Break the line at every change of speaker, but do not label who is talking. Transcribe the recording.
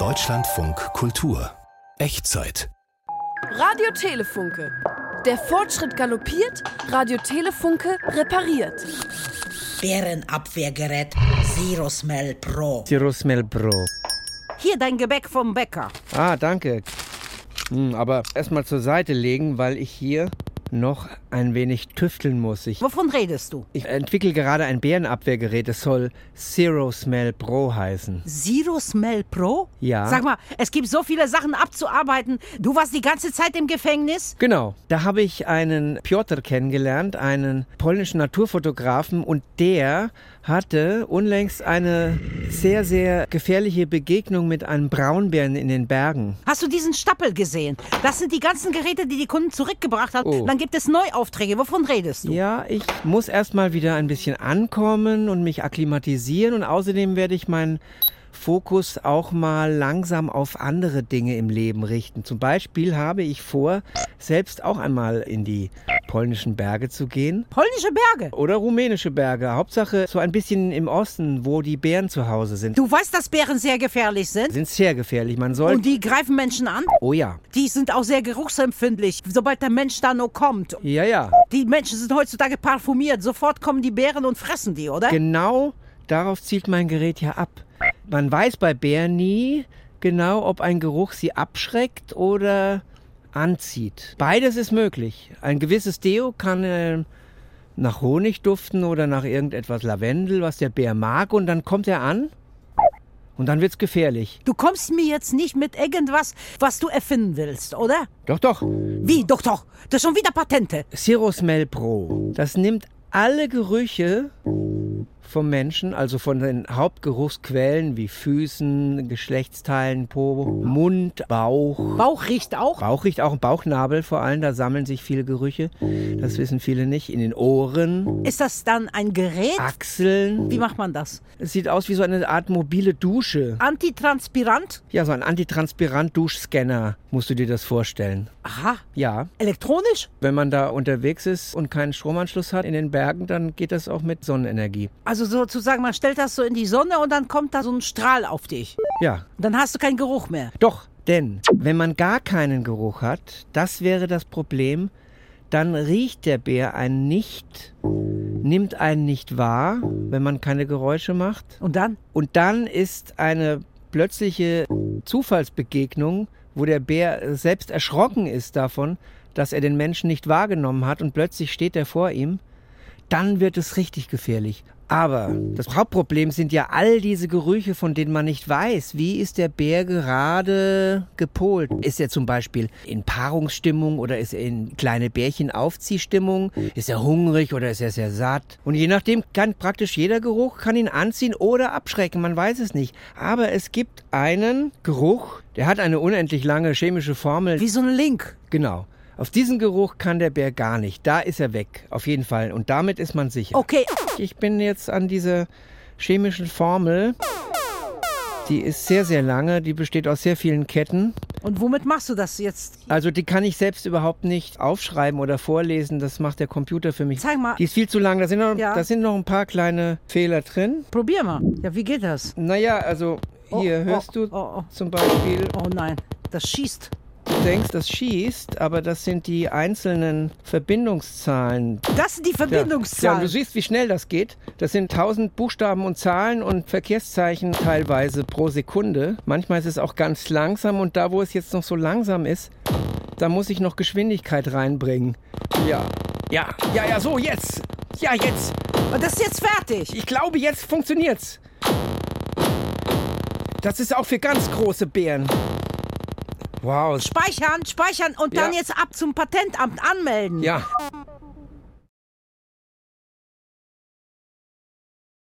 Deutschlandfunk Kultur. Echtzeit.
Radio Telefunke. Der Fortschritt galoppiert, Radio Telefunke repariert.
Bärenabwehrgerät Zerosmel Pro.
Zerosmel Pro.
Hier dein Gebäck vom Bäcker.
Ah, danke. Hm, aber erstmal zur Seite legen, weil ich hier noch ein wenig tüfteln muss. Ich,
Wovon redest du?
ich entwickle gerade ein Bärenabwehrgerät. Es soll Zero Smell Pro heißen.
Zero Smell Pro?
Ja.
Sag mal, es gibt so viele Sachen abzuarbeiten. Du warst die ganze Zeit im Gefängnis?
Genau, da habe ich einen Piotr kennengelernt, einen polnischen Naturfotografen und der hatte unlängst eine sehr, sehr gefährliche Begegnung mit einem Braunbären in den Bergen.
Hast du diesen Stapel gesehen? Das sind die ganzen Geräte, die die Kunden zurückgebracht haben.
Oh.
Dann gibt es Neuaufträge. Wovon redest du?
Ja, ich muss erstmal wieder ein bisschen ankommen und mich akklimatisieren und außerdem werde ich meinen Fokus auch mal langsam auf andere Dinge im Leben richten. Zum Beispiel habe ich vor, selbst auch einmal in die polnischen Berge zu gehen.
Polnische Berge.
Oder rumänische Berge. Hauptsache so ein bisschen im Osten, wo die Bären zu Hause sind.
Du weißt, dass Bären sehr gefährlich sind.
Sind sehr gefährlich. Man soll.
Und die greifen Menschen an.
oh ja.
Die sind auch sehr geruchsempfindlich, sobald der Mensch da nur kommt.
Ja, ja.
Die Menschen sind heutzutage parfümiert. Sofort kommen die Bären und fressen die, oder?
Genau darauf zielt mein Gerät ja ab. Man weiß bei Bären nie genau, ob ein Geruch sie abschreckt oder anzieht. Beides ist möglich. Ein gewisses Deo kann ähm, nach Honig duften oder nach irgendetwas Lavendel, was der Bär mag. Und dann kommt er an und dann wird's gefährlich.
Du kommst mir jetzt nicht mit irgendwas, was du erfinden willst, oder?
Doch, doch.
Wie? Doch, doch. Das ist schon wieder Patente.
Serosmell Pro. Das nimmt alle Gerüche vom Menschen, also von den Hauptgeruchsquellen wie Füßen, Geschlechtsteilen, Po, Mund, Bauch.
Bauch riecht auch.
Bauch riecht auch ein Bauchnabel vor allem, da sammeln sich viele Gerüche. Das wissen viele nicht. In den Ohren,
Ist das dann ein Gerät?
Achseln.
Wie macht man das?
Es sieht aus wie so eine Art mobile Dusche.
Antitranspirant?
Ja, so ein Antitranspirant-Duschscanner musst du dir das vorstellen.
Aha.
Ja.
Elektronisch?
Wenn man da unterwegs ist und keinen Stromanschluss hat in den Bergen, dann geht das auch mit Sonnenenergie.
Also sozusagen, man stellt das so in die Sonne und dann kommt da so ein Strahl auf dich.
Ja,
Und dann hast du keinen Geruch mehr.
doch, denn wenn man gar keinen Geruch hat, das wäre das Problem, dann riecht der Bär einen nicht, nimmt einen nicht wahr, wenn man keine Geräusche macht.
Und dann?
Und dann ist eine plötzliche Zufallsbegegnung, wo der Bär äh, selbst erschrocken ist davon, dass er den Menschen nicht wahrgenommen hat und plötzlich steht er vor ihm, dann wird es richtig gefährlich. Aber das Hauptproblem sind ja all diese Gerüche, von denen man nicht weiß, wie ist der Bär gerade gepolt. Ist er zum Beispiel in Paarungsstimmung oder ist er in kleine Bärchen-Aufziehstimmung? Ist er hungrig oder ist er sehr satt? Und je nachdem kann praktisch jeder Geruch kann ihn anziehen oder abschrecken, man weiß es nicht. Aber es gibt einen Geruch, der hat eine unendlich lange chemische Formel.
Wie so ein Link.
Genau. Auf diesen Geruch kann der Bär gar nicht. Da ist er weg, auf jeden Fall. Und damit ist man sicher.
Okay.
Ich bin jetzt an dieser chemischen Formel. Die ist sehr, sehr lange. Die besteht aus sehr vielen Ketten.
Und womit machst du das jetzt?
Also die kann ich selbst überhaupt nicht aufschreiben oder vorlesen. Das macht der Computer für mich.
Zeig mal.
Die ist viel zu lang. Da sind noch,
Ja.
da sind noch ein paar kleine Fehler drin.
Probier mal. Ja, wie geht das?
Naja, also
Oh,
hier
oh,
hörst du
oh, oh.
zum Beispiel,
Oh nein, das schießt.
du denkst, das schießt, aber das sind die einzelnen Verbindungszahlen.
Das sind die
Ja. Ja,
Verbindungszahlen.
du siehst, wie schnell das geht. Das sind 1000 Buchstaben und Zahlen und Verkehrszeichen teilweise pro Sekunde. Manchmal ist es auch ganz langsam und da, wo es jetzt noch so langsam ist, da muss ich noch Geschwindigkeit reinbringen. Ja, ja, ja, ja, so, jetzt. Ja, jetzt.
Und das ist jetzt fertig.
Ich glaube, jetzt funktioniert's. Das ist auch für ganz große Bären. Wow.
Speichern, speichern und dann
Ja.
jetzt ab zum Patentamt anmelden.
Ja,